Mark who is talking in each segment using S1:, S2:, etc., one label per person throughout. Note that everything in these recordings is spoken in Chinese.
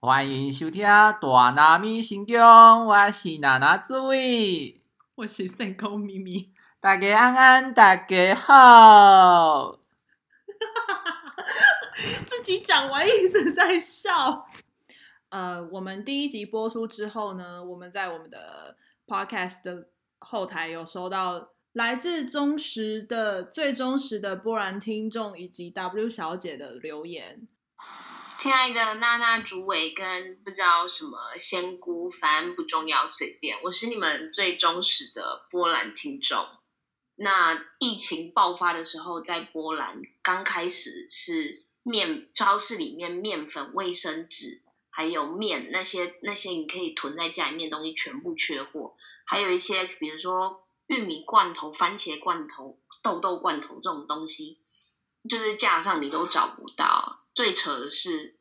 S1: 欢迎收听《大纳米新疆》，我是娜娜子伟，
S2: 我是圣公咪咪。
S1: 大家安安，大家好。
S2: 自己讲完一直在笑。呃，我们第一集播出之后呢，我们在我们的 podcast 的后台有收到来自忠实的、最忠实的波兰听众以及 W 小姐的留言。
S3: 亲爱的娜娜主委跟不知道什么仙姑，反正不重要，随便。我是你们最忠实的波兰听众。那疫情爆发的时候，在波兰刚开始是面超市里面面粉、卫生纸还有面那些那些你可以囤在家里面的东西全部缺货，还有一些比如说玉米罐头、番茄罐头、豆豆罐头这种东西，就是架上你都找不到。最扯的是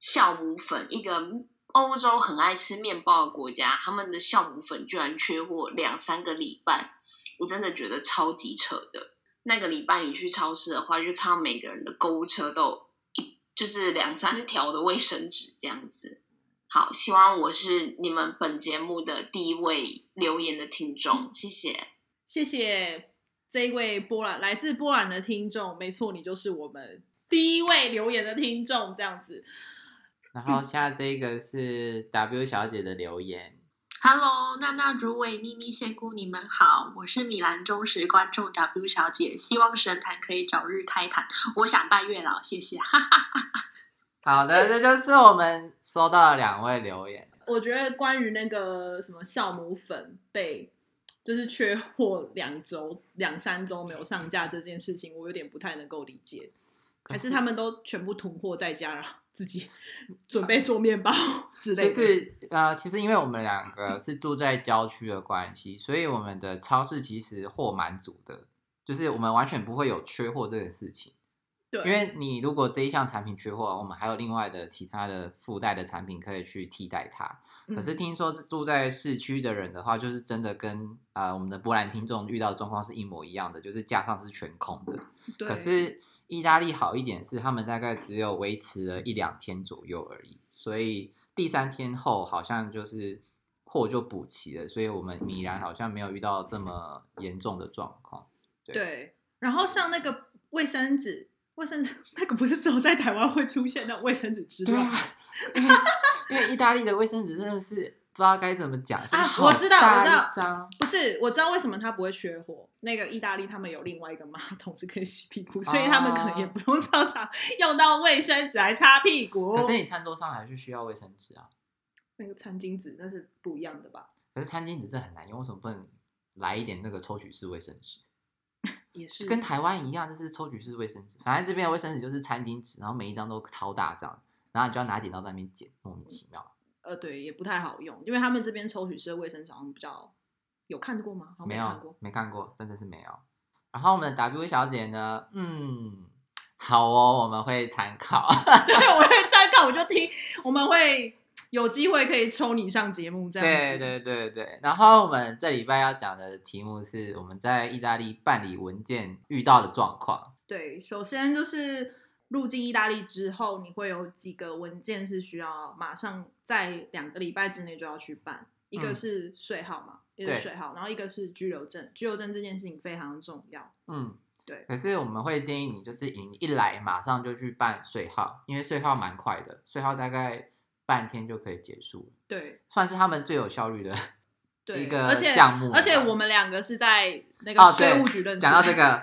S3: 酵母粉，一个欧洲很爱吃面包的国家，他们的酵母粉居然缺货两三个礼拜，我真的觉得超级扯的。那个礼拜你去超市的话，就看到每个人的购物车都有一就是两三条的卫生纸这样子。好，希望我是你们本节目的第一位留言的听众，谢谢。
S2: 谢谢这一位波兰来自波兰的听众，没错，你就是我们第一位留言的听众，这样子。
S1: 然后下这个是 W 小姐的留言，
S4: Hello，娜娜主委、咪咪仙姑，你们好，我是米兰忠实观众 W 小姐，希望神坛可以早日开坛，我想拜月老，谢谢，哈哈。
S1: 好 的，这就是我们收到的两位留言。
S2: 我觉得关于那个什么酵母粉被就是缺货两周、两三周没有上架这件事情，我有点不太能够理解。
S1: 可
S2: 还
S1: 是
S2: 是他们都全部囤货在家，然后自己
S1: 嗯
S2: 准备做 面包之类
S1: 其
S2: 的。
S1: 实呃，其实因为我们两个是住在郊区的关系，所以我们的超市其实货蛮足的，就是我们完全不会有缺货这个事情。
S2: 对，
S1: 因为你如果这一项产品缺货，我们还有另外的其他的附带的产品可以去替代它。可是
S2: 嗯、
S1: 听说住在市区的人的话，就是真的跟呃我们的波兰听众遇到的状况是一模一样的，就是架上是全空的。
S2: 对
S1: 可是意大利好一点是，他们大概只有维持了一两天左右而已，所以第三天后好像就是货就补齐了，所以我们米兰好像没有遇到这么严重的状况。
S2: 对，然后像那个卫生纸，卫生纸 那个不是只有在台湾会出现那种卫生纸之
S1: 对
S2: 乱
S1: 啊
S2: 吗？，
S1: 因为因为意大利的卫生纸真的是不知道该怎么讲，就是
S2: 啊
S1: 好
S2: 我知道
S1: 大
S2: 我知道
S1: 一张
S2: 不是，我知道为什么它不会缺货。那个意大利他们有另外一个马桶是可以洗屁股，所以他们可能
S1: 哦
S2: 也不用常常用到卫生纸来擦屁股。
S1: 可是你餐桌上还是需要卫生纸啊。
S2: 那个餐巾纸那是不一样的吧？
S1: 可是餐巾纸这很难用，为什么不能来一点那个抽取式卫生纸？
S2: 也是
S1: 跟台湾一样，就是抽取式卫生纸。反正这边的卫生纸就是餐巾纸，然后每一张都超大张，然后你就要拿剪刀在那边剪，莫名其妙。
S2: 呃对，也不太好用，因为他们这边抽取式的卫生纸好像比较有看过吗？好像
S1: 没
S2: 看过
S1: 有，。没看过，真的是没有。然后我们的 W 小姐呢，嗯，好哦，我们会参考。
S2: 对，我会参考，我就听，我们会有机会可以抽你上节目这样
S1: 对
S2: 子。
S1: 对对对。然后我们这礼拜要讲的题目是我们在意大利办理文件遇到的状况。
S2: 对，首先就是入境意大利之后，你会有几个文件是需要马上在两个礼拜之内就要去办，一个
S1: 嗯
S2: 是税号嘛，一个
S1: 对
S2: 是税号，然后一个是居留证，居留证这件事情非常重要。
S1: 嗯，
S2: 对
S1: 可是我们会建议你，就是你一来马上就去办税号，因为税号蛮快的，税号大概半天就可以结束了。
S2: 对
S1: 算是他们最有效率 的。
S2: 对，
S1: 一个
S2: 而且
S1: 项目
S2: 而且
S1: 吧
S2: 我们两个是在那个
S1: 哦，
S2: 税
S1: 对
S2: 务局认识的。，
S1: 讲到 这个，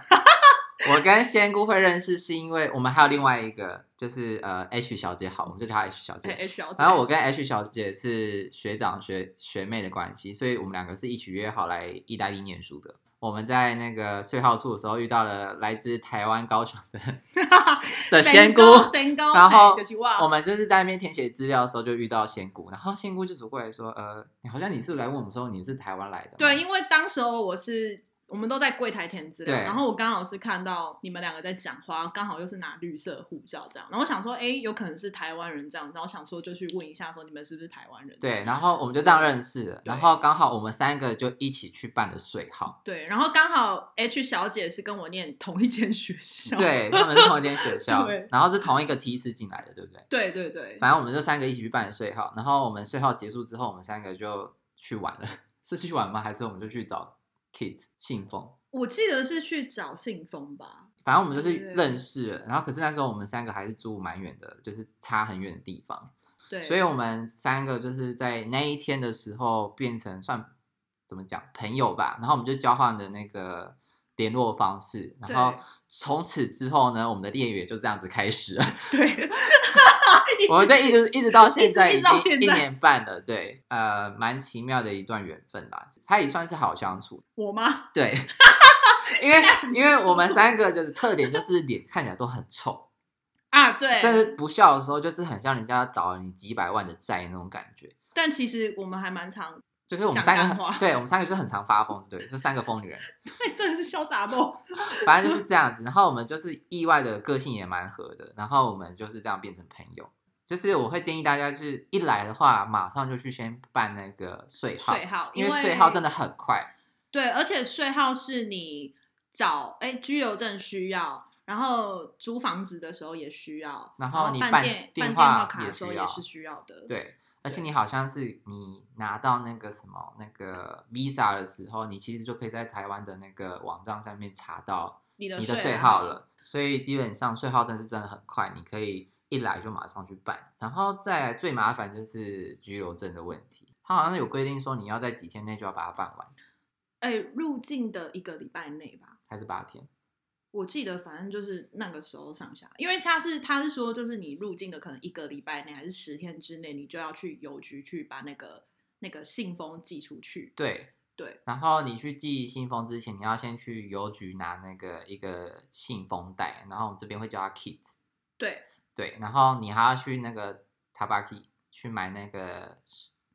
S1: 我跟仙姑会认识是因为我们还有另外一个，就是呃 H 小姐，好，我们就叫她 H 小姐。
S2: 对 H 小姐，
S1: 然后我跟 H 小姐是学长学学妹的关系，所以我们两个是一起约好来意大利念书的。我们在那个税号处的时候遇到了来自台湾高雄 的的仙姑，
S2: 仙姑，
S1: 然后
S2: 哎 就是我
S1: 我们就是在那边填写资料的时候就遇到仙姑，然后仙姑就走过来说：“呃，你好像你是来问我们说你是台湾来的吗，
S2: 对，因为当时候我是我们都在柜台填资料，
S1: 对
S2: 然后我刚好是看到你们两个在讲话，刚好又是拿绿色护照这样，然后我想说，哎，有可能是台湾人这样，然后想说就去问一下，说你们是不是台湾人？
S1: 对，然后我们就这样认识了，然后刚好我们三个就一起去办了税号，
S2: 对，然后刚好 H 小姐是跟我念同一间学校，
S1: 对，他们是同一间 学校
S2: 对，
S1: 然后是同一个梯次进来的，对不对？
S2: 对对对，
S1: 反正我们就三个一起去办了税号，然后我们税号结束之后，我们三个就去玩了， 是去玩吗？还是我们就去找 Kids 信奉？
S2: 我记得是去找信封吧，
S1: 反正我们就
S2: 对
S1: 是
S2: 对对
S1: 认识了，然后可是那时候我们三个还是住蛮远的，就是差很远的地方，
S2: 对，
S1: 所以我们三个就是在那一天的时候变成算怎么讲朋友吧，然后我们就交换的那个联络方式，然后
S2: 对
S1: 从此之后呢，我们的恋缘就这样子开始了，
S2: 对，
S1: 我们就一直一直到现在已
S2: 一直一直到
S1: 经
S2: 现
S1: 一
S2: 在
S1: 年半了，对，呃，蛮奇妙的一段缘分啦，它也算是好相处，
S2: 我吗？
S1: 对，因为因为我们三个就是特点就是脸看起来都很臭。
S2: 啊，对，
S1: 但是不笑的时候，就是很像人家倒了你几百万的债那种感觉。
S2: 但其实我们还蛮常，
S1: 就是我们
S2: 讲
S1: 三个
S2: 干
S1: 很，
S2: 话
S1: 对我们三个就很常发疯，对，这三个疯女人，
S2: 对，真的是哦潇洒梦。
S1: 反正就是这样子。然后我们就是意外的个性也蛮合的，然后我们就是这样变成朋友。就是我会建议大家，就是一来的话，马上就去先办那个税号，
S2: 税号，
S1: 因
S2: 为
S1: 税号真的很快，
S2: 对，而且税号是你找哎居留证需要，然后租房子的时候也需要，
S1: 然
S2: 然
S1: 后你办
S2: 办
S1: 电
S2: 办
S1: 话
S2: 话卡
S1: 也
S2: 的时候
S1: 需要
S2: 也是需要的。，
S1: 对。而且你好像是你拿到那个什么那个 Visa 的时候，你其实就可以在台湾的那个网站上面查到
S2: 你的
S1: 你的税
S2: 税啊
S1: 号，了，所以基本上税号真的是真的很快，你可以一来就马上去办。然后再来最麻烦就是居留证的问题，它好像有规定说你要在几天内就要把它办完，
S2: 哎，入境的一个礼拜内吧。
S1: 还是八天？
S2: 我记得反正就是那个时候上下，因为他是他是说，就是你入境的可能一个礼拜内还是十天之内，你就要去邮局去把那个那个信封寄出去。
S1: 对
S2: 对。
S1: 然后你去寄信封之前，你要先去邮局拿那个一个信封袋，然后我们这边会叫它 kit。
S2: 对
S1: 对，然后你还要去那个 tabaki 去买那个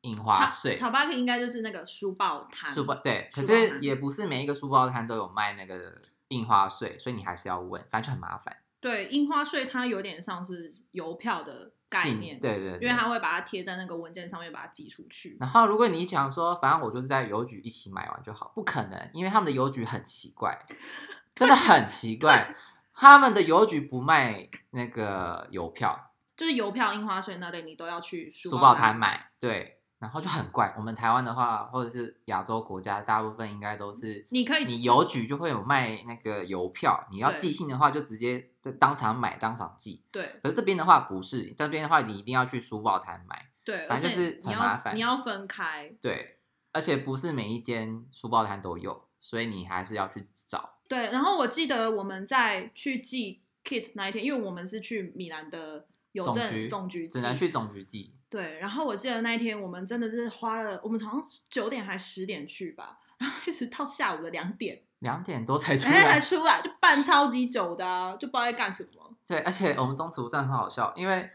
S1: 印花税。
S2: 塔巴克应该就是那个书报摊，
S1: 书包对，可
S2: 书包
S1: 是
S2: 摊
S1: 也不是每一个书包摊都有卖那个印花税，所以你还是要问，反正就很麻烦。
S2: 对，印花税它有点像是邮票的概
S1: 信
S2: 念，，
S1: 对对对，
S2: 因为它会把它贴在那个文件上面，把它寄出去。
S1: 然后如果你想说，反正我就是在邮局一起买完就好，不可能，因为他们的邮局很奇怪，真的很奇怪， 他们的邮局不卖那个邮票，
S2: 就是邮票、印花税那类，你都要去
S1: 书
S2: 报
S1: 报摊。买，对，然后就很怪。我们台湾的话，或者是亚洲国家，大部分应该都是。
S2: 嗯你可以
S1: 你
S2: 寄
S1: 邮局就会有卖那个邮票，你要
S2: 对
S1: 寄信的话就直接在当场买当场寄，
S2: 对
S1: 可是这边的话不是，这边的话你一定要去书报摊买，
S2: 对，
S1: 反
S2: 而
S1: 正
S2: 且
S1: 就是
S2: 你
S1: 很麻
S2: 要
S1: 烦
S2: 你要分开，
S1: 对，而且不是每一间书报摊都有，所以你还是要去找。
S2: 对，然后我记得我们在去寄 kit 那一天，因为我们是去米兰的邮
S1: 总
S2: 政
S1: 局
S2: 总局寄
S1: 只，能去总局寄，
S2: 对，然后我记得那一天我们真的是花了，我们好像九点还十点去吧，然后一直到下午的两点，
S1: 两点多才出
S2: 哎，
S1: 来。
S2: 才出来就办超级久的、啊，就不知道在干什么。
S1: 对，而且我们中途真的很好笑，因为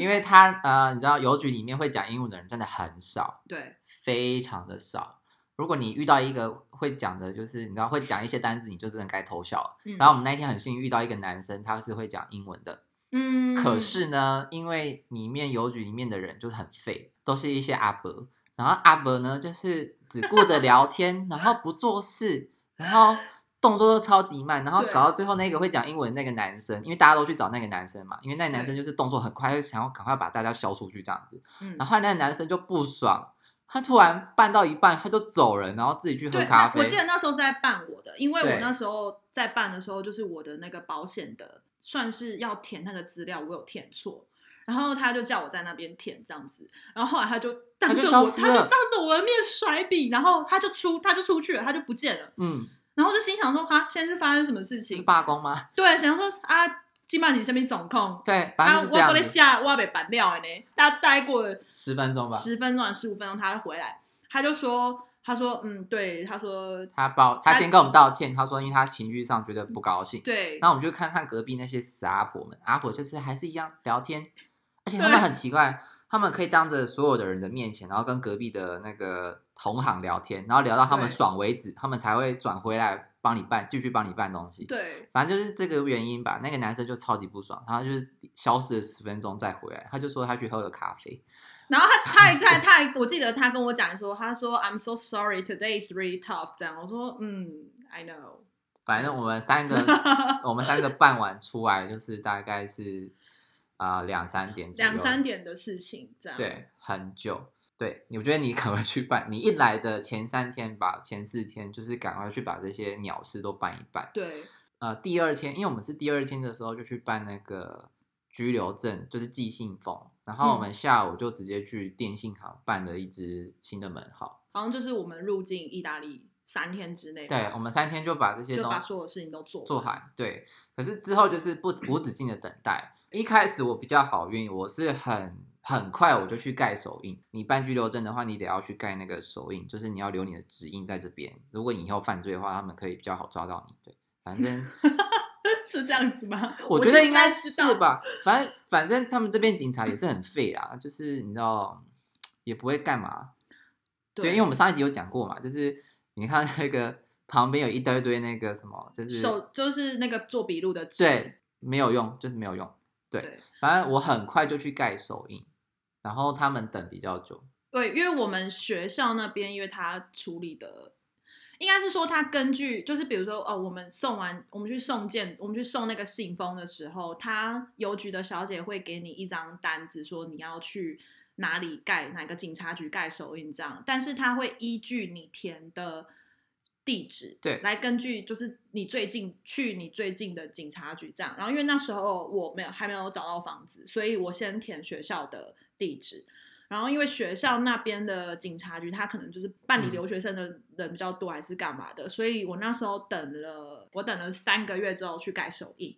S1: 因为他呃，你知道邮局里面会讲英文的人真的很少，
S2: 对
S1: 非常的少。如果你遇到一个会讲的，就是你知道会讲一些单字，你就真的该偷笑了。
S2: 嗯
S1: 然后我们那一天很幸运遇到一个男生，他是会讲英文的，
S2: 嗯，
S1: 可是呢，因为里面邮局里面的人就是很废，都是一些阿伯，然后阿伯呢就是只顾着聊天，然后不做事，然后动作都超级慢，然后
S2: 对
S1: 搞到最后那个会讲英文的那个男生，因为大家都去找那个男生嘛，因为那个男生就是动作很快，就想要赶快把大家消出去这样子，
S2: 嗯，
S1: 然后那个男生就不爽。他突然办到一半，他就走人，然后自己去喝
S2: 对，
S1: 咖
S2: 那
S1: 啡。
S2: 我记得那时候是在办我的，因为
S1: 对
S2: 我那时候在办的时候，就是我的那个保险的，算是要填那个资料，我有填错，然后他就叫我在那边填这样子，然后后来他就当着
S1: 他就消
S2: 我，
S1: 失
S2: 他
S1: 了
S2: 就当着我的面甩笔，然后他就出，他就出去了，他就不见了，
S1: 嗯，
S2: 然后我就心想说啊，现在是发生什么事
S1: 是
S2: 情？
S1: 罢工吗？
S2: 对，想说啊，今晚你下面总控。
S1: 对，反
S2: 啊！
S1: 正
S2: 我
S1: 是这样
S2: 过来
S1: 子。
S2: 下，我被板料的呢。大家待过了
S1: 十分钟吧，
S2: 十分钟、十五分钟，他会回来，他就说，他说，嗯，对，他说，
S1: 他报他
S2: 他
S1: 先跟我们道歉，他说因为他情绪上觉得不高兴。
S2: 对，
S1: 然后我们就看看隔壁那些死阿婆们，阿婆就是还是一样聊天，而且他
S2: 对
S1: 们很奇怪，他们可以当着所有的人的面前，然后跟隔壁的那个同行聊天，然后聊到他们
S2: 对
S1: 爽为止，他们才会转回来帮你办，继续帮你办东西。
S2: 对，
S1: 反正就是这个原因吧。那个男生就超级不爽，他就是消失了十分钟再回来，他就说他去喝了咖啡。
S2: 然后他他还在他还我记得他跟我讲说，他说 I'm so sorry today is really tough 这样，我说嗯 I know，
S1: 反正我们三个，我们三个办完出来就是大概是啊两、三点左右，
S2: 两三点的事情这样，
S1: 对，很久。对，我觉得你赶快去办。你一来的前三天吧，前四天就是赶快去把这些鸟事都办一办。
S2: 对
S1: 呃，第二天，因为我们是第二天的时候就去办那个居留证，就是寄信封。然后我
S2: 嗯
S1: 们下午就直接去电信行办了一支新的门号。
S2: 好像就是我们入境意大利三天之内吧，
S1: 对，我们三天就把这些
S2: 就
S1: 东
S2: 把
S1: 西
S2: 所有事情都做完
S1: 做好。对，可是之后就是不无止境的等待。一开始我比较好运，我是很很快我就去盖手印。你办居留证的话，你得要去盖那个手印，就是你要留你的指印在这边。如果你以后犯罪的话，他们可以比较好抓到你。对，反正
S2: 是这样子吗？
S1: 我觉得应
S2: 应
S1: 该
S2: 知
S1: 是
S2: 道？
S1: 吧。反正反正他们这边警察也是很废啦，就是你知道也不会干嘛。对，因为我们上一集有讲过嘛，就是你看那个旁边有一堆堆那个什么，就是
S2: 手就是那个做笔录的纸，
S1: 对，没有用，就是没有用。对，
S2: 对
S1: 反正我很快就去盖手印，然后他们等比较久。
S2: 对，因为我们学校那边，因为他处理的，应该是说他根据，就是比如说，哦，我们送完，我们去送件，我们去送那个信封的时候，他邮局的小姐会给你一张单子，说你要去哪里盖哪个警察局盖手印这样，但是他会依据你填的。地址
S1: 对
S2: 来根据就是你最近去你最近的警察局这样，然后因为那时候我没有还没有找到房子，所以我先填学校的地址，然后因为学校那边的警察局，他可能就是办
S1: 嗯
S2: 理留学生的人比较多，还是干嘛的，所以我那时候等了，我等了三个月之后去盖手印。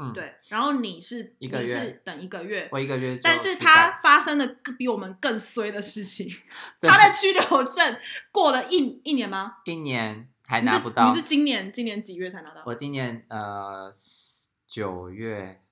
S1: 嗯，，
S2: 对，然后你是
S1: 一个月
S2: 你是等一个月，
S1: 我一个月就去盖。
S2: 但是他发生了更比我们更衰的事情，
S1: 对
S2: 他的居留证过了一一年吗？
S1: 一年还
S2: 你是
S1: 拿不到
S2: 你。是今年今年几月才拿到？
S1: 我今年呃九月，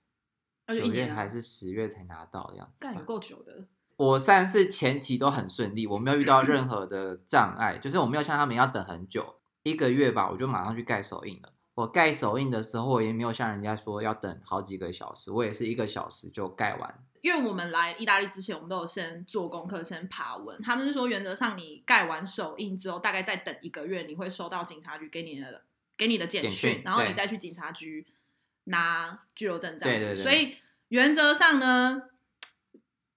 S2: 那就
S1: 九
S2: 一
S1: 月
S2: 年啊
S1: 还是十月才拿到的样子
S2: 干有
S1: 吧。
S2: 够久的，
S1: 我算是前期都很顺利，我没有遇到任何的障碍，就是我没有像他们要等很久，一个月吧，我就马上去盖手印了。我盖手印的时候，我也没有像人家说要等好几个小时，我也是一个小时就盖完。
S2: 因为我们来意大利之前，我们都有先做功课，先爬文。他们是说，原则上你盖完手印之后，大概再等一个月，你会收到警察局给你的给你的简
S1: 简讯
S2: 然后你
S1: 对
S2: 再去警察局拿居留证这样子。
S1: 对对对
S2: 所以原则上呢，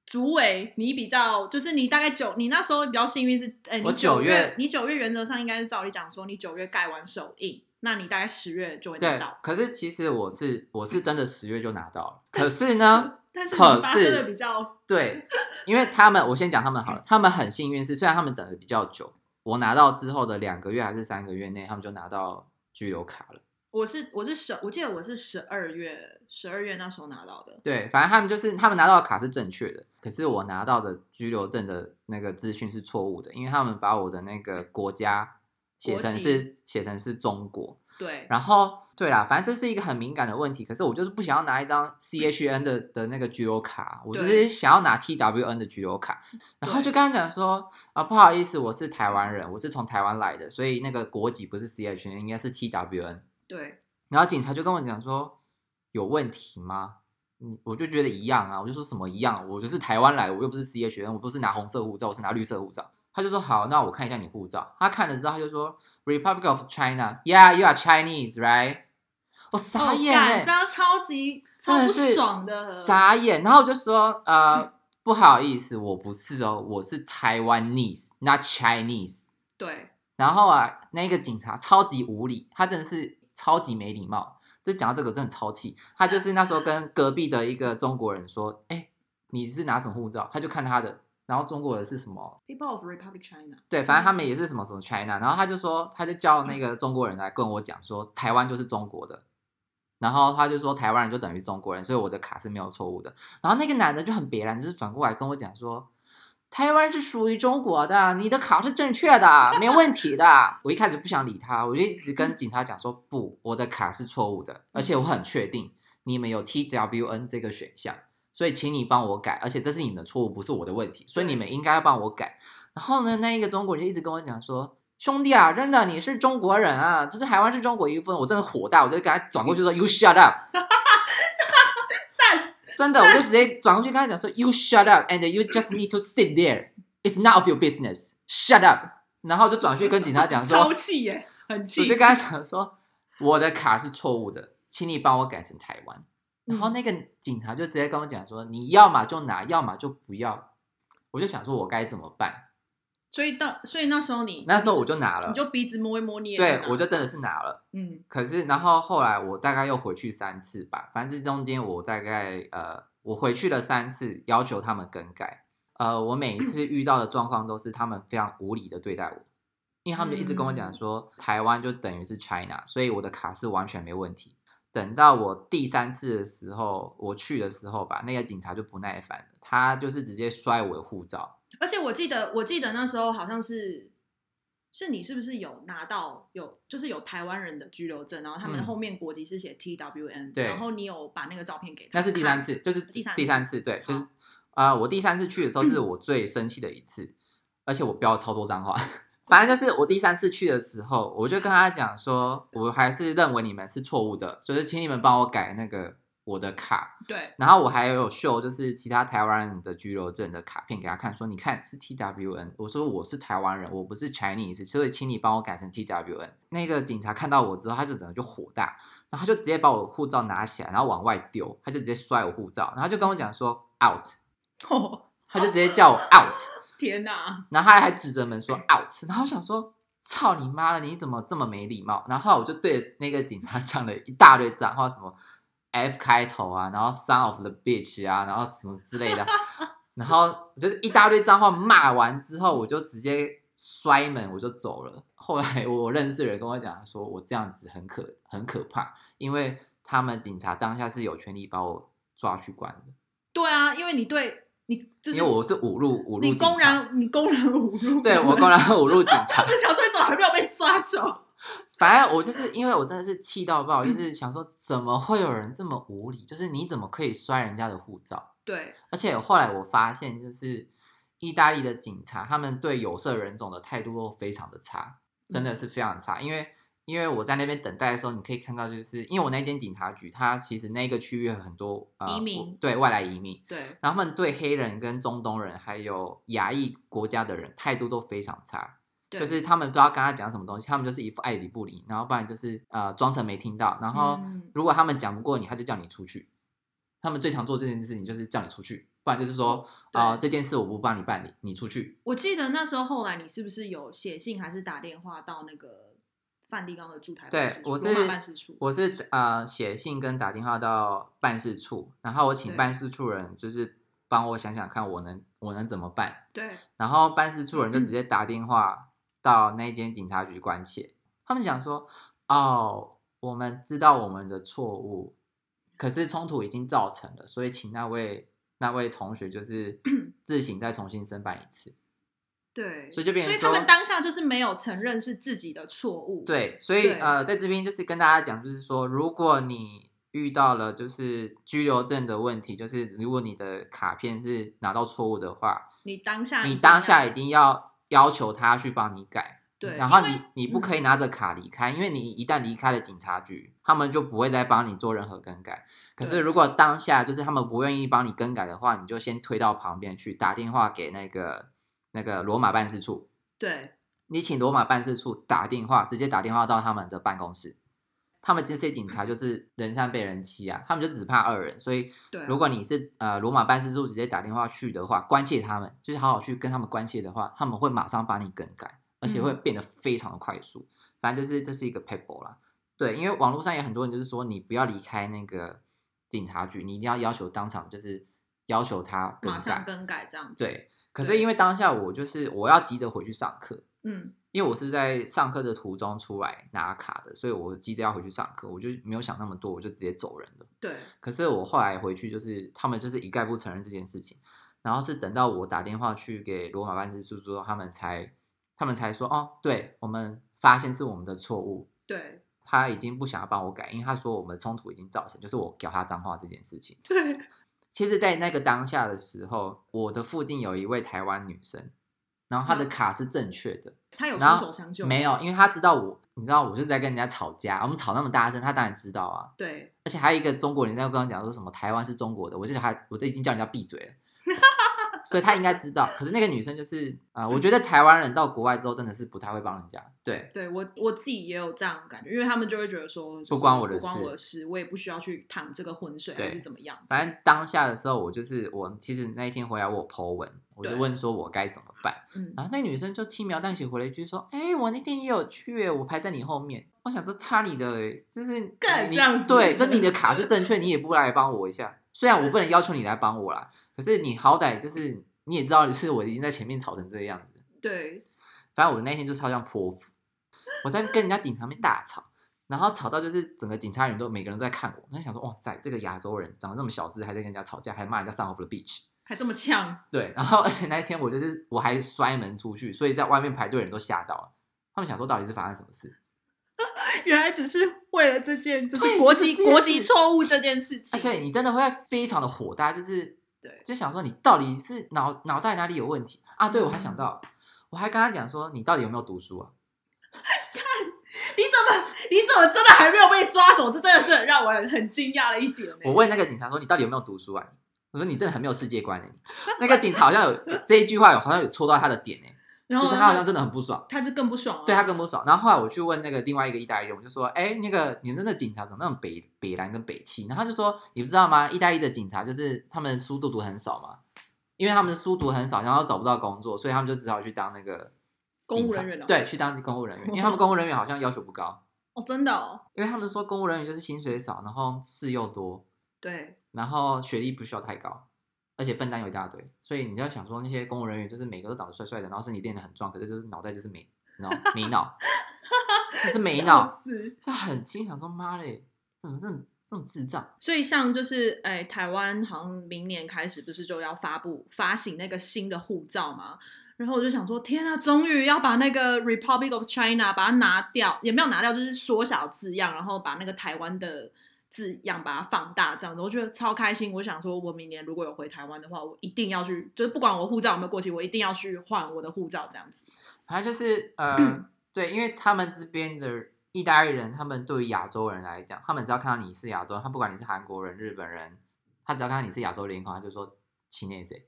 S2: 组委你比较就是你大概九，你那时候比较幸运是，哎、你
S1: 我
S2: 九
S1: 九月
S2: 你九月原则上应该是照理讲说，你九月盖完手印，那你大概十月就会拿
S1: 对
S2: 到，。
S1: 可是其实我是我是真的十月就拿到了，可是呢，
S2: 但是你
S1: 可
S2: 发生的
S1: 是
S2: 比较
S1: 对，因为他们我先讲他们好了，他们很幸运是虽然他们等的比较久，我拿到之后的两个月还是三个月内，他们就拿到居留卡了。
S2: 我是我是十，我记得我是十二月十二月那时候拿到的。
S1: 对，反正他们就是他们拿到的卡是正确的，可是我拿到的居留证的那个资讯是错误的，因为他们把我的那个国家写成
S2: 国
S1: 是写成是中国，
S2: 对，
S1: 然后对啦，反正这是一个很敏感的问题，可是我就是不想要拿一张 CHN 的的那个居留卡，我就
S2: 对
S1: 是想要拿 TWN 的居留卡，然后就跟他讲说啊，不好意思，我是台湾人，我是从台湾来的，所以那个国籍不是 CHN，应该是 TWN。
S2: 对，
S1: 然后警察就跟我讲说有问题吗？嗯，我就觉得一样啊，我就说什么一样，我就是台湾来，我又不是 CHN，我不是拿红色护照，我是拿绿色护照。他就说好，那我看一下你护照。他看了之后，他就说 Republic of China，Yeah，you are Chinese，right？我傻眼
S2: 哦
S1: 哎、
S2: 干这样超级
S1: 真
S2: 超
S1: 的
S2: 不
S1: 是
S2: 爽的，
S1: 傻眼。然后我就说， 呃，不好意思，我不是哦，我是 Taiwanese，not Chinese。
S2: 对
S1: 然后啊，那个警察超级无理，他真的是超级没礼貌。就讲到这个，我真的超气。他就是那时候跟隔壁的一个中国人说：“哎、你是拿什么护照？”他就看他的，然后中国人是什么
S2: ，People of Republic China，
S1: 对，反正他们也是什么什么 China，然后他就说，他就叫那个中国人来跟我讲说，台湾就是中国的，然后他就说台湾人就等于中国人，所以我的卡是没有错误的。然后那个男的就很别然，就是转过来跟我讲说，台湾是属于中国的，你的卡是正确的，没问题的。我一开始不想理他，我就一直跟警察讲说，不，我的卡是错误的，而且我很确定你们有 TWN 这个选项。所以请你帮我改，而且这是你们的错误，不是我的问题，所以你们应该要帮我改。然后呢，那一个中国人就一直跟我讲说。兄弟啊，真的你是中国人啊，就是台湾是中国一部分，我真的火大，我就给他转过去说 “You shut up”，真的，我就直接转过去跟他讲说，You shut up and you just need to sit there. It's none of your business. Shut up. 然后就转去跟警察讲说，
S2: 超
S1: 我
S2: 气耶，很气。
S1: 就跟他讲说，我的卡是错误的，请你帮我改成台湾。然
S2: 嗯
S1: 后那个警察就直接跟我讲说，你要么就拿，要么就不要。我就想说，我该怎么办？
S2: 所以到所以那时候你
S1: 那时候我就拿了
S2: 你，就鼻子摸一摸，你也
S1: 对
S2: 拿
S1: 我就真的是拿了。
S2: 嗯
S1: 可是，然后后来我大概又回去三次吧，反正这中间我大概呃，我回去了三次，要求他们更改。呃，我每一次遇到的状况都是他们非常无理的对待我，因为他们就一直跟我
S2: 嗯
S1: 讲说、台湾就等于是 China，所以我的卡是完全没问题。等到我第三次的时候，我去的时候吧，那个警察就不耐烦了，他就是直接摔我的护照，
S2: 而且我记得，我记得那时候好像是，是你是不是有拿到有就是有台湾人的居留证，然后他们
S1: 嗯
S2: 后面国籍是写 T W N，、
S1: 对
S2: 然后你有把那个照片给他，
S1: 那是第三，次，就是
S2: 第三次
S1: 第三次，对，就是
S2: 好嗯
S1: 啊、呃我第三次去的时候是我最生气的一次，而且我飙了超多脏话。 反正就是我第三次去的时候，我就跟他讲说，我还是认为你们是错误的，所以请你们帮我改那个我的卡。
S2: 对，
S1: 然后我还有秀就是其他台湾人的居留证的卡片给他看，说你看是 TWN，我说我是台湾人，我不是 Chinese，所以请你帮我改成 TWN。那个警察看到我之后，他就整个就火大，然后他就直接把我护照拿起来，然后往外丢，他就直接摔我护照，然后他就跟我讲说 out，
S2: 哦，
S1: 他就直接叫我 out，
S2: 天哪，
S1: 然后他还指着门说 out，然后我想说操你妈了，你怎么这么没礼貌？然后后来我就对那个警察 讲了一大堆脏话，什么 F 开头啊，然后 son of the bitch 啊，然后什么之类的，然后就是一大堆脏话骂完之后，我就直接摔门，我就走了。后来我认识的人跟我讲说，我这样子很可很可怕，因为他们警察当下是有权利把我抓去关的，
S2: 对啊，因为你对你就是
S1: 因为我是侮辱侮辱
S2: 你
S1: 警
S2: 公
S1: 察，
S2: 然你公然侮辱，
S1: 对我 公然侮辱警察
S2: 那。小崔怎么还没有被抓走？
S1: 反正我就是因为我真的是气到
S2: 嗯
S1: 爆，就是想说怎么会有人这么无理？就是你怎么可以摔人家的护照？
S2: 对，
S1: 而且后来我发现，就是意大利的警察他们对有色人种的态度都非常的差，真
S2: 嗯
S1: 的是非常差。因为因为我在那边等待的时候，你可以看到，就是因为我那间警察局，它其实那个区域有很多、呃、
S2: 移民
S1: 对外来移民，
S2: 对，
S1: 然后他们对黑人跟中东人还有亚裔国家的人态度都非常差。
S2: 对
S1: 就是他们不知道跟他讲什么东西，他们就是一副爱理不理，然后不然就是呃装成没听到，然后
S2: 嗯
S1: 如果他们讲不过你，他就叫你出去。他们最常做这件事情就是叫你出去，不然就是说啊、呃
S2: 哦
S1: 这
S2: 对
S1: 件事我不帮你办理，你出去。
S2: 我记得那时候后来你是不是有写信还是打电话到那个梵蒂冈的驻台办
S1: 对
S2: 事，处
S1: 我
S2: 罗
S1: 是
S2: 马办事处，
S1: 我是呃写信跟打电话到办事处，然后我请
S2: 对
S1: 办事处人就是帮我想想看我能我能怎么办。
S2: 对
S1: 然后办事处人
S2: 嗯
S1: 就直接打电话到那间警察局关切，他们讲说：“哦，我们知道我们的错误，可是冲突已经造成了，所以请那位那位同学就是 自行再重新申办一次。
S2: 对，
S1: 所以就变成
S2: 他们
S1: 说
S2: 当下就是没有承认是自己的错误，”
S1: 对，所以
S2: 对
S1: 呃，在这边就是跟大家讲，就是说，如果你遇到了就是居留证的问题，就是如果你的卡片是拿到错误的话，
S2: 你当下一
S1: 你
S2: 定
S1: 当下
S2: 要
S1: 一定要要求他去帮你改。
S2: 对，
S1: 然后
S2: 因为
S1: 你你不
S2: 嗯
S1: 可以拿着卡离开，因为你一旦离开了警察局，他们就不会再帮你做任何更改。可是
S2: 对
S1: 如果当下就是他们不愿意帮你更改的话，你就先推到旁边去，打电话给那个那个罗马办事处，
S2: 对
S1: 你请罗马办事处打电话，直接打电话到他们的办公室。他们这些警察就是人善被人欺啊，他们就只怕恶人，所以
S2: 对啊，
S1: 如果你是呃罗马办事处直接打电话去的话，关切他们，就是好好去跟他们关切的话，他们会马上帮你更改，而且
S2: 嗯
S1: 会变得非常的快速。反正就是这是一个 paper 啦，对，因为网络上也很多人就是说你不要离开那个警察局，你一定要要求当场就是要求他更
S2: 马上
S1: 改，
S2: 更改这样子，，
S1: 对。可是因为当下我就是我要急着回去上课，
S2: 嗯，
S1: 因为我是在上课的途中出来拿卡的，所以我急着要回去上课，我就没有想那么多，我就直接走人了。
S2: 对
S1: 可是我后来回去，就是他们就是一概不承认这件事情，然后是等到我打电话去给罗马办事处之后，他们才他们才说哦，对我们发现是我们的错误，
S2: 对
S1: 他已经不想要帮我改，因为他说我们冲突已经造成，就是我屌他脏话这件事情。
S2: 对，
S1: 其实，在那个当下的时候，我的附近有一位台湾女生，然后她的
S2: 嗯
S1: 卡是正确的，
S2: 他有出
S1: 然后
S2: 手相救吗
S1: 没？有，因为她知道我，你知道我就在跟人家吵架，我们吵那么大声，她当然知道啊。
S2: 对，
S1: 而且还有一个中国人在跟我讲说什么台湾是中国的，我就叫他，我都已经叫人家闭嘴了。 所以她应该知道，可是那个女生就是啊、呃我觉得台湾人到国外之后真的是不太会帮人家，对，
S2: 对我我自己也有这样的感觉，因为他们就会觉得说，就是
S1: 不关我的
S2: 不关
S1: 事
S2: 我的事，我也不需要去淌这个浑水
S1: 对
S2: 还是怎么样。
S1: 反正当下的时候我就是我，其实那一天回来我有 po 文，我就
S2: 对
S1: 问说我该怎么办，
S2: 嗯，
S1: 然后那女生就轻描淡写回了一句说：“哎、我那天也有去耶，我排在你后面。”我想说差你的耶，就是
S2: 干
S1: 你
S2: 这样子
S1: 对，就 你的卡是正确，你也不来帮我一下。虽然我不能要求你来帮我啦，可是你好歹就是你也知道是我已经在前面吵成这个样子。
S2: 对，
S1: 反正我那天就超像泼妇，我在跟人家警察面大吵，然后吵到就是整个警察人都每个人都在看我，我在想说哇塞，这个亚洲人长得这么小只，还在跟人家吵架，还骂人家上 of the beach。
S2: 还这么呛，
S1: 对，然后 而且那一天我就是我还摔门出去，所以在外面排队的人都吓到了，他们想说到底是发生什么事，
S2: 原来只是为了这件就
S1: 对
S2: 是国
S1: 就是
S2: 籍
S1: 这件
S2: 国
S1: 事
S2: 籍错误这件事情。
S1: 而且你真的会非常的火大，就是
S2: 对
S1: 就想说你到底是脑脑袋哪里有问题啊？对，我还想到，我还跟他讲说你到底有没有读书啊？
S2: 你怎么你怎么真的还没有被抓走？这真的是很让我很很惊讶的一点欸呢、
S1: 我问那个警察说你到底有没有读书啊？我说你 真的很没有世界观的、那个警察好像有这一句话有好像有戳到他的点呢、欸
S2: 然
S1: 就
S2: 后
S1: 是他好像真的很不爽。
S2: 他就更不爽了。
S1: 对他更不爽。然后后来我去问那个另外一个意大利人，我就说：“哎，那个你们那个警察怎么那么北北蓝跟北气？”然后他就说：“你不知道吗？意大利的警察就是他们书读读很少嘛，因为他们书读很少，然后找不到工作，所以他们就只好去当那个
S2: 公务
S1: 警察
S2: 人员哦
S1: 对，去当公务人员，因为他们公务人员好像要求不高，
S2: 哦，真的哦，
S1: 因为他们说公务人员就是薪水少，然后事又多，
S2: 对，
S1: 然后学历不需要太高，而且笨蛋有一大堆，所以你就要想说那些公务人员就是每个都长得帅帅的，然后身体练得很壮，可是就是脑袋就是没脑没脑，就是没脑，
S2: 笑死。
S1: 就很心想说妈嘞，怎么这么这么智障？
S2: 所以像就是，哎，台湾好像明年开始不是就要发布发行那个新的护照吗？然后我就想说，天啊，终于要把那个 Republic of China 把它拿掉，也没有拿掉，就是缩小字样，然后把那个台湾的字样把它放大，这样子，我觉得超开心。我想说，我明年如果有回台湾的话，我一定要去，就是不管我护照有没有过期，我一定要去换我的护照，这样子。
S1: 反正就是呃，对，因为他们这边的意大利人，他们对于亚洲人来讲，他们只要看到你是亚洲人，他不管你是韩国人、日本人，他只要看到你是亚洲脸孔，他就说请那谁。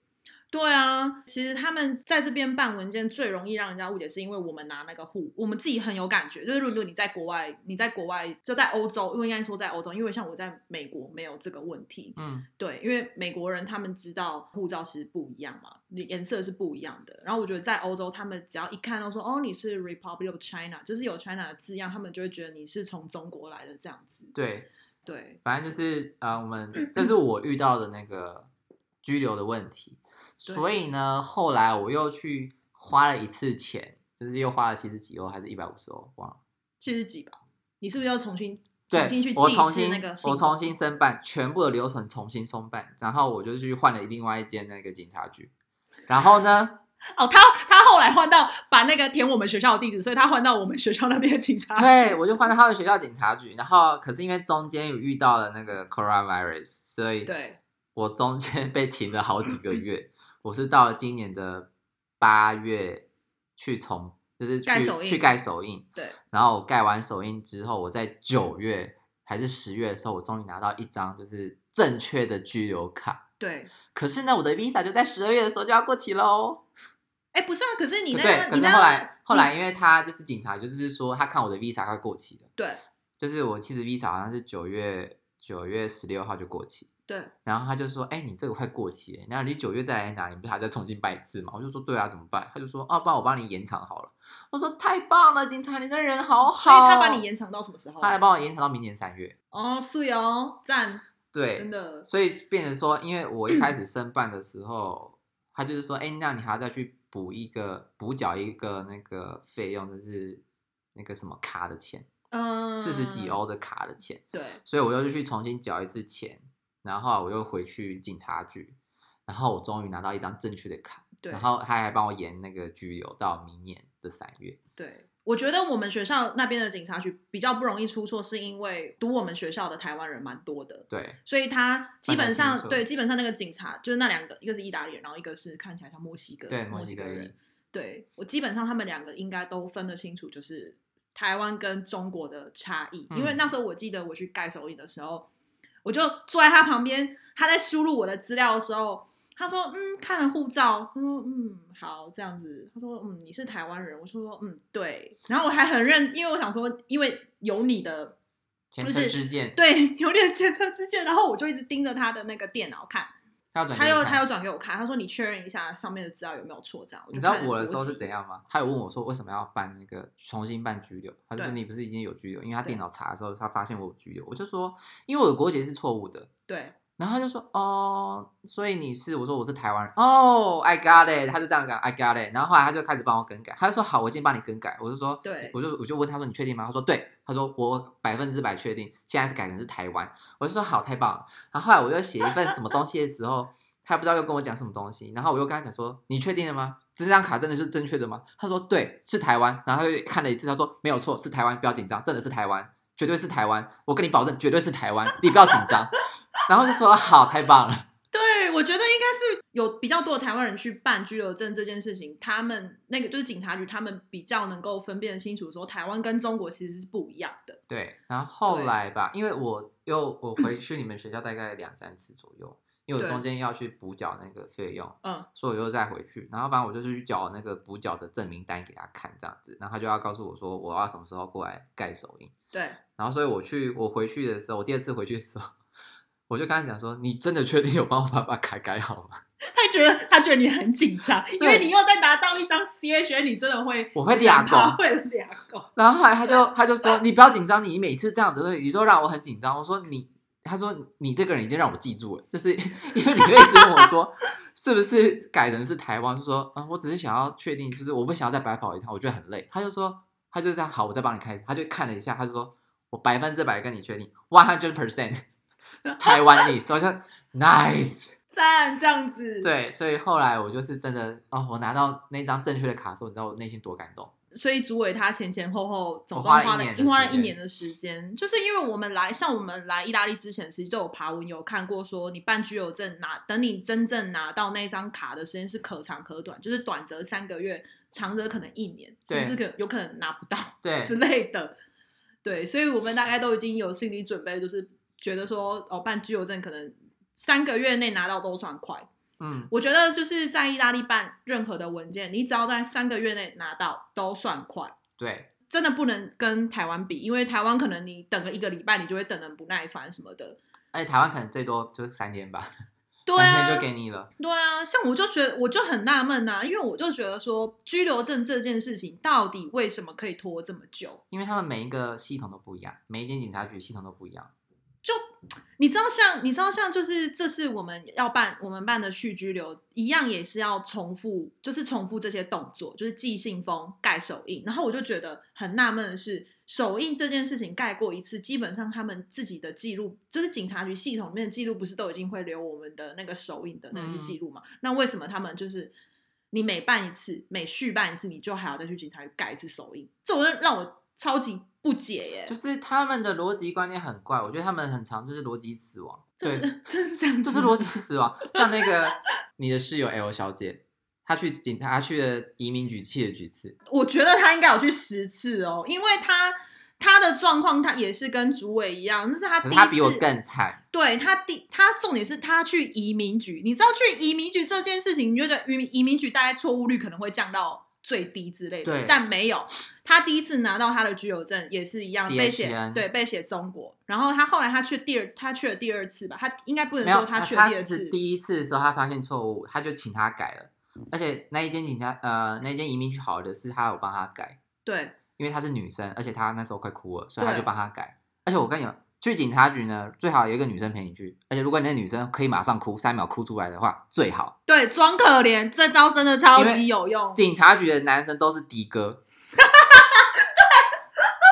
S2: 对啊，其实他们在这边办文件最容易让人家误解，是因为我们拿那个户，我们自己很有感觉。就是如果你在国外，你在国外就在欧洲，因为应该说在欧洲，因为像我在美国没有这个问题。
S1: 嗯，
S2: 对，因为美国人他们知道护照其实不一样嘛，你颜色是不一样的。然后我觉得在欧洲，他们只要一看到说哦你是 Republic of China，就是有 China 的字样，他们就会觉得你是从中国来的这样子。
S1: 对，
S2: 对，
S1: 反正就是呃，我们这是我遇到的那个拘留的问题，
S2: 对
S1: 所以呢，后来我又去花了一次钱，就是又花了七十几欧还是一百五十欧，忘了。
S2: 七十几吧？你是不是要重新
S1: 对
S2: 重新去，记
S1: 我
S2: 一
S1: 重
S2: 次
S1: 新
S2: 那个
S1: 我
S2: 信
S1: 重新申办，全部的流程重新申办，然后我就去换了另外一间那个警察局，然后 呢，
S2: 哦，他他后来换到把那个填我们学校的地址，所以他换到我们学校那边的警察
S1: 对
S2: 局。
S1: 我就换到他们学校警察局，然后可是因为中间有遇到了那个 coronavirus，所以
S2: 对
S1: 我中间 被停了好几个月，我是到了今年的八月去重，就是去
S2: 盖手印
S1: 去盖手印，
S2: 对
S1: 然后我盖完手印之后，我在九月还是十月的时候，我终于拿到一张就是正确的居留卡。
S2: 对，
S1: 可是呢，我的 visa 就在十二月的时候就要过期喽。
S2: 哎，不是啊，可是你那
S1: 对，
S2: 个
S1: 可
S2: 你
S1: 是
S2: 那
S1: 后
S2: 个
S1: 来后来，因为他就是警察，就是说他看我的 visa 快过期了，
S2: 对
S1: 就是我妻子 visa 好像是九月九月十六号就过期，
S2: 对
S1: 然后他就说：“哎、你这个快过期了，然后你九月再来拿，你不是还在重新办一次吗？”我就说：“对啊，怎么办？”他就说：“啊，不然我帮你延长好了。”我说：“太棒了，警察，你这人好好。”
S2: 所以他把你，延长到什么时候啊
S1: 他？还帮我延长到明年三月。
S2: 哦，素瑶赞，
S1: 对，
S2: 真的
S1: 所以变成说，因为我一开始申办的时候，他就是说，哎、那你还要再去补一个补缴一个那个费用，就是那个什么卡的钱，
S2: 嗯，
S1: 四十几，哦欧的卡的钱，
S2: 对
S1: 所以我又去重新缴一次钱，然后我又回去警察局，然后我终于拿到一张正确的卡，
S2: 对
S1: 然后他还帮我延那个居留到明年的三月，
S2: 对，我觉得我们学校那边的警察局比较不容易出错，是因为读我们学校的台湾人蛮多的，
S1: 对，
S2: 所以他基本
S1: 蛮难
S2: 上
S1: 清楚
S2: 对基本上那个警察就是那两个，一个是意大利人，然后一个是看起来像墨西哥
S1: 对
S2: 墨
S1: 墨
S2: 西
S1: 西
S2: 哥
S1: 哥
S2: 人
S1: 裔。
S2: 对我基本上他们两个应该都分得清楚，就是台湾跟中国的差异。因为
S1: 嗯
S2: 那时候我记得我去盖手印的时候，我就坐在他旁边，他在输入我的资料的时候，他说：“嗯，看了护照。”他说：“嗯，好，这样子。”他说：“嗯，你是台湾人。”我说：“嗯，对。”然后我还很认，因为我想说，因为有你的
S1: 前
S2: 就
S1: 车
S2: 是
S1: 之鉴，
S2: 对，有点前车之鉴。然后我就一直盯着他的那个电脑看，
S1: 他要转
S2: 他
S1: 给你
S2: 又
S1: 看
S2: 他又转给我看，他说你确认一下上面的资料有没有错，这样。就
S1: 你知道
S2: 看
S1: 我的时候
S2: 国
S1: 是
S2: 籍
S1: 怎？样吗？他有问我说为什么要办那个重新办拘留？他就说
S2: 对
S1: 你不是已经有拘留？因为他
S2: 对
S1: 电脑查的时候，他发现我有拘留，我就说因为我的国籍是错误的。
S2: 对，
S1: 然后他就说哦，所以你是我说我是台湾人哦，I got it，他就这样讲 I got it。然后后来他就开始帮我更改，他就说好，我已经帮你更改。我就说
S2: 对
S1: 我就我就问他说你确定吗？他说对，他说我百分之百确定，现在是改成是台湾。我就说好，太棒了。然后后来我又写一份什么东西的时候，他不知道又跟我讲什么东西，然后我又跟他讲说：“你确定了吗？这张卡真的是正确的吗？”他说：“对，是台湾。”然后他又看了一次，他说：“没有错，是台湾，不要紧张，真的是台湾，绝对是台湾，我跟你保证，绝对是台湾，你不要紧张。”然后就说：“好，太棒了。
S2: 对，我觉得应该是有比较多的台湾人去办居留证这件事情，他们那个就是警察局，他们比较能够分辨清楚说台湾跟中国其实是不一样的。”嗯
S1: 对，然后后来吧，因为我又我回去你们学校大概两三次左右，因为我
S2: 对
S1: 中间要去补缴那个费用，
S2: 嗯，
S1: 所以我又再回去，然后反正我就是去缴那个补缴的证明单给他看，这样子，然后他就要告诉我说我要什么时候过来盖手印，
S2: 对，
S1: 然后所以我去我回去的时候，我第二次回去的时候， 我就跟他讲说，你真的确定有帮我把把卡改好吗？
S2: 他觉得他觉得你很紧张，因为
S1: 对
S2: 你又在拿到一张 CH，你真的会
S1: 我会俩
S2: 两怕
S1: 狗。
S2: 会俩狗。
S1: 然后后来他就他就说，你不要紧张，你每次这样子，你都让我很紧张。我说你，他说你这个人已经让我记住了，就是 因为你会一直问我说，是不是改成是台湾？我就说嗯，我只是想要确定，就是我不想要再白跑一趟，我觉得很累。他就说，他就这样，好，我再帮你开。他就看了一下，他就说我百分之百跟你确定，one hundred percent 台湾 n e s 我说 nice。
S2: 赞，这样子，，
S1: 对，所以后来我就是真的哦，我拿到那张正确的卡的时候，你知道我内心多感动。
S2: 所以组委他前前后后总
S1: 我
S2: 共
S1: 哦花了
S2: 花
S1: 一
S2: 了
S1: 年的
S2: 花了
S1: 时
S2: 一
S1: 间
S2: 年的时间，就是因为我们来像我们来意大利之前，其实都有爬文有看过说，你办居留证拿，等你真正拿到那张卡的时间是可长可短，就是短则三个月，长则可能一年，
S1: 对
S2: 甚至可有可能拿不到
S1: 对
S2: 之类的。对，所以我们大概都已经有心理准备，就是觉得说哦，办居留证可能三个月内拿到都算快。
S1: 嗯，
S2: 我觉得就是在意大利办任何的文件，你只要在三个月内拿到都算快，
S1: 对
S2: 真的不能跟台湾比，因为台湾可能你等个一个礼拜，你就会等人不耐烦什么的。
S1: 而且台湾可能最多就是三天吧，
S2: 对
S1: 三
S2: 啊
S1: 天就，给你了。
S2: 对啊，像我就觉得我就很纳闷呐、因为我就觉得说居留证这件事情到底为什么可以拖这么久？
S1: 因为他们每一个系统都不一样，每一间警察局系统都不一样。
S2: 你知道像你知道像就是这次我们要办我们办的续居留一样也是要重复，就是重复这些动作，就是寄信封、盖手印。然后我就觉得很纳闷的是，手印这件事情盖过一次，基本上他们自己的记录，就是警察局系统里面的记录，不是都已经会留我们的那个手印的那些
S1: 嗯
S2: 记录嘛？那为什么他们就是你每办一次、每续办一次，你就还要再去警察局盖一次手印？这我就让我超级不解耶！
S1: 就是他们的逻辑观念很怪，我觉得他们很常就是逻辑死亡。
S2: 这
S1: 对，
S2: 是这是这样
S1: 就
S2: 子吗，
S1: 是逻辑死亡。像那个你的室友 L 小姐，她去警察，她去了移民局去了几次？
S2: 我觉得他应该有去十次哦，因为他他的状况他也是跟主委一样，就是他
S1: 可
S2: 第一
S1: 是
S2: 次
S1: 她比我更惨。
S2: 对他第他重点是他去移民局，你知道去移民局这件事情，你就觉得移民移民局大概错误率可能会降到最低之类的
S1: 对，
S2: 但没有，他第一次拿到他的居留证也是一样被写
S1: CHN
S2: 对被写中国，然后他后来他去第二他去了第二次吧，他应该不能
S1: 没有，呃
S2: 说
S1: 他
S2: 去了第二
S1: 只
S2: 次
S1: 是，第一次的时候，他发现错误，他就请他改了。而且那一间警察，呃，那一间移民局好的是他有帮他改，
S2: 对
S1: 因为她是女生，而且她那时候快哭了，所以他
S2: 对
S1: 就帮他改。而且我跟你讲，去警察局呢，最好有一个女生陪你去。而且如果你那女生可以马上哭，三秒哭出来的话，最好。
S2: 对装可怜这招真的超
S1: 因为
S2: 级有用，
S1: 警察局的男生都是的哥，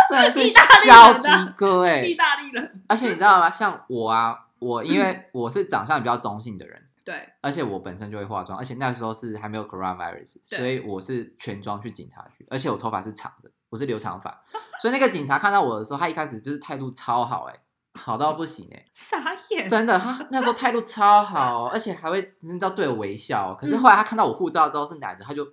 S1: 真的是
S2: 意大利
S1: 小
S2: 人啊
S1: 的哥哎、
S2: 意大利人
S1: 而且你知道吗？像我啊，我因
S2: 嗯
S1: 为我是长相比较中性的人，
S2: 对
S1: 而且我本身就会化妆，而且那时候是还没有 coronavirus，
S2: 对
S1: 所以我是全妆去警察局，而且我头发是长的，我是留长发，所以那个警察看到我的时候，他一开始就是态度超好、欸，哎，好到不行、欸，哎，
S2: 傻眼，
S1: 真的，他那时候态度超好，哦而且还会你知道对我微笑。哦可是
S2: 嗯
S1: 后来他看到我护照之后是男的，他就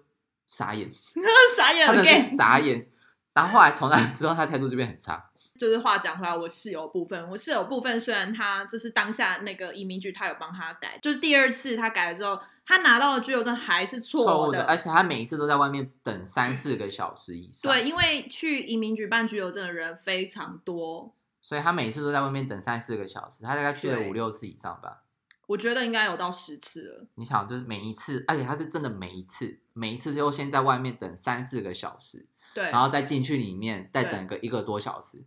S1: 傻眼，
S2: 傻眼
S1: 他真的啊是
S2: again。
S1: 傻眼。然后后来从那之后，他态度就变很差。
S2: 就是话讲回来，我室友部分，我室友部分虽然他就是当下那个移民局他有帮他改，就是第二次他改了之后，他拿到的居留证还是
S1: 错
S2: 错
S1: 误的，哎而且他每一次都在外面等三四个小时以上。
S2: 对，，因为去移民局办居留证的人非常多，
S1: 所以他每一次都在外面等三四个小时，他大概去了
S2: 对
S1: 五六次以上吧。
S2: 我觉得应该有到十次了。
S1: 你想，就是每一次，而且他是真的每一次，每一次就先在外面等三四个小时，
S2: 对，
S1: 然后再进去里面再
S2: 对
S1: 等个一个多小时，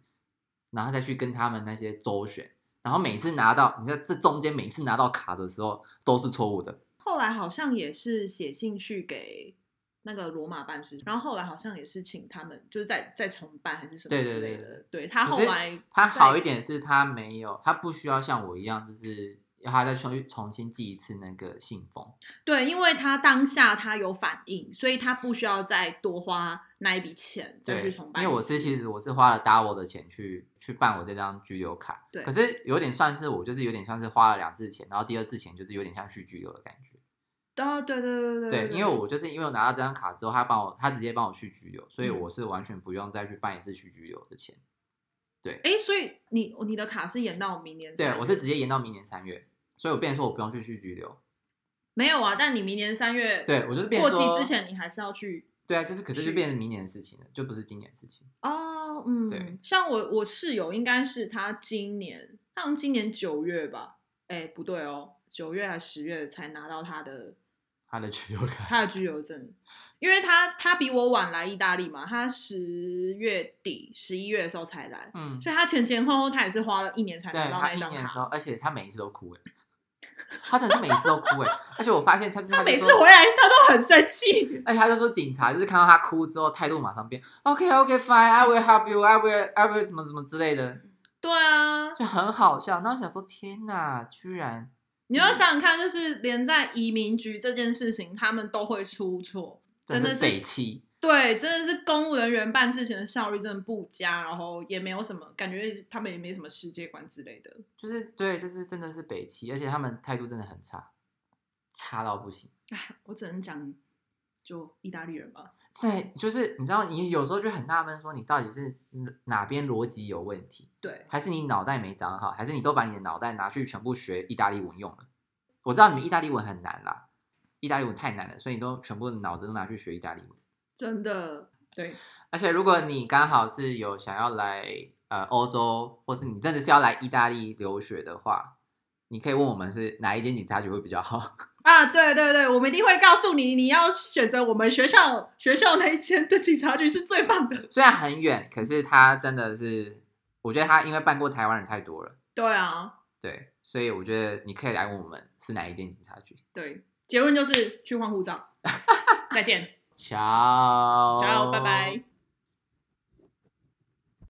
S1: 然后再去跟他们那些周旋。然后每次拿到，你在这中间每次拿到卡的时候都是错误的，
S2: 后来好像也是写信去给那个罗马办事，然后后来好像也是请他们就是再再重办还是什么
S1: 对对
S2: 之
S1: 对
S2: 类的。对他后
S1: 可是
S2: 来
S1: 他
S2: 在
S1: 好一，点是他没有，他不需要像我一样，就是要他再重重新寄一次那个信封。
S2: 对，因为他当下他有反应，所以他不需要再多花那一笔钱再
S1: 对，
S2: 去重办一次。
S1: 因为我是其实我是花了 double 的钱去去办我这张居留卡，
S2: 对
S1: 可是有点算是我就是有点像是花了两次钱，然后第二次钱就是有点像续居留的感觉。
S2: 哦，对对对对对
S1: 因为我就是因为我拿到这张卡之后，他帮我他直接帮我续居留，所以
S2: 嗯
S1: 我是完全不用再去办一次续居留的钱。
S2: 哎，所以你你的卡是延到明年三
S1: 对
S2: 月？
S1: 我是直接延到明年三月，所以我变成说我不用去续居留。
S2: 没有啊，但你明年三月
S1: 对我就是变
S2: 过
S1: 成
S2: 期
S1: 说
S2: 之前，你还是要去
S1: 对啊，就是可是
S2: 续
S1: 就变成明年的事情了，就不是今年的事情。
S2: 哦，嗯，
S1: 对，
S2: 像我我室友应该是他今年，他好像今年九月吧，哎，不对哦，九月还十月才拿到他的
S1: 他的居留 卡，
S2: 他的居留证，因为他他比我晚来意大利嘛，他十月底十一月的时候才来，
S1: 嗯，
S2: 所以他前前后后他也是花了一年才拿
S1: 对
S2: 到
S1: 他
S2: 那
S1: 一
S2: 张
S1: 年的时
S2: 卡
S1: 候，，而且他每一次都 哭哎、他真的是每一次都哭哎、而且我发现他就是
S2: 他
S1: 就
S2: 每次
S1: 说啊
S2: 回来他都很生 气，
S1: 而且他就说警察就是看到他哭之后态度马上变，OK OK fine I will help you I will I will 什么什么之类的，
S2: 对啊，
S1: 就很好笑。然后我想说天哪，居然嗯
S2: 你要想想看，就是连在移民局这件事情，他们都会出错，真的
S1: 的
S2: 是
S1: 北气，
S2: 对，真的是公务人员办事情的效率真的不佳，然后也没有什么感觉，他们也没什么世界观之类的。
S1: 就是对，就是真的是北气，而且他们态度真的很差，差到不行。
S2: 唉，我只能讲，就意大利人吧。
S1: 在就是你知道，你有时候就很纳闷，说你到底是哪边逻辑有问题，
S2: 对，
S1: 还是你脑袋没长好，还是你都把你的脑袋拿去全部学意大利文用了？我知道你们意大利文很难啦，意大利文太难了，所以你都全部脑子都拿去学意大利文。
S2: 真的，对，
S1: 而且如果你刚好是有想要来呃欧洲，或是你真的是要来意大利留学的话，你可以问我们是哪一间警察局会比较好。
S2: 啊，对对对，我们一定会告诉你，你要选择我们学校学校那一间的警察局是最棒的。
S1: 虽然很远，可是他真的是，我觉得他因为办过台湾人太多了，
S2: 对啊，
S1: 对，所以我觉得你可以来问我们是哪一间警察局。
S2: 对， 结论就是去换护照。再见，
S1: 瞧，
S2: ciao，拜拜。。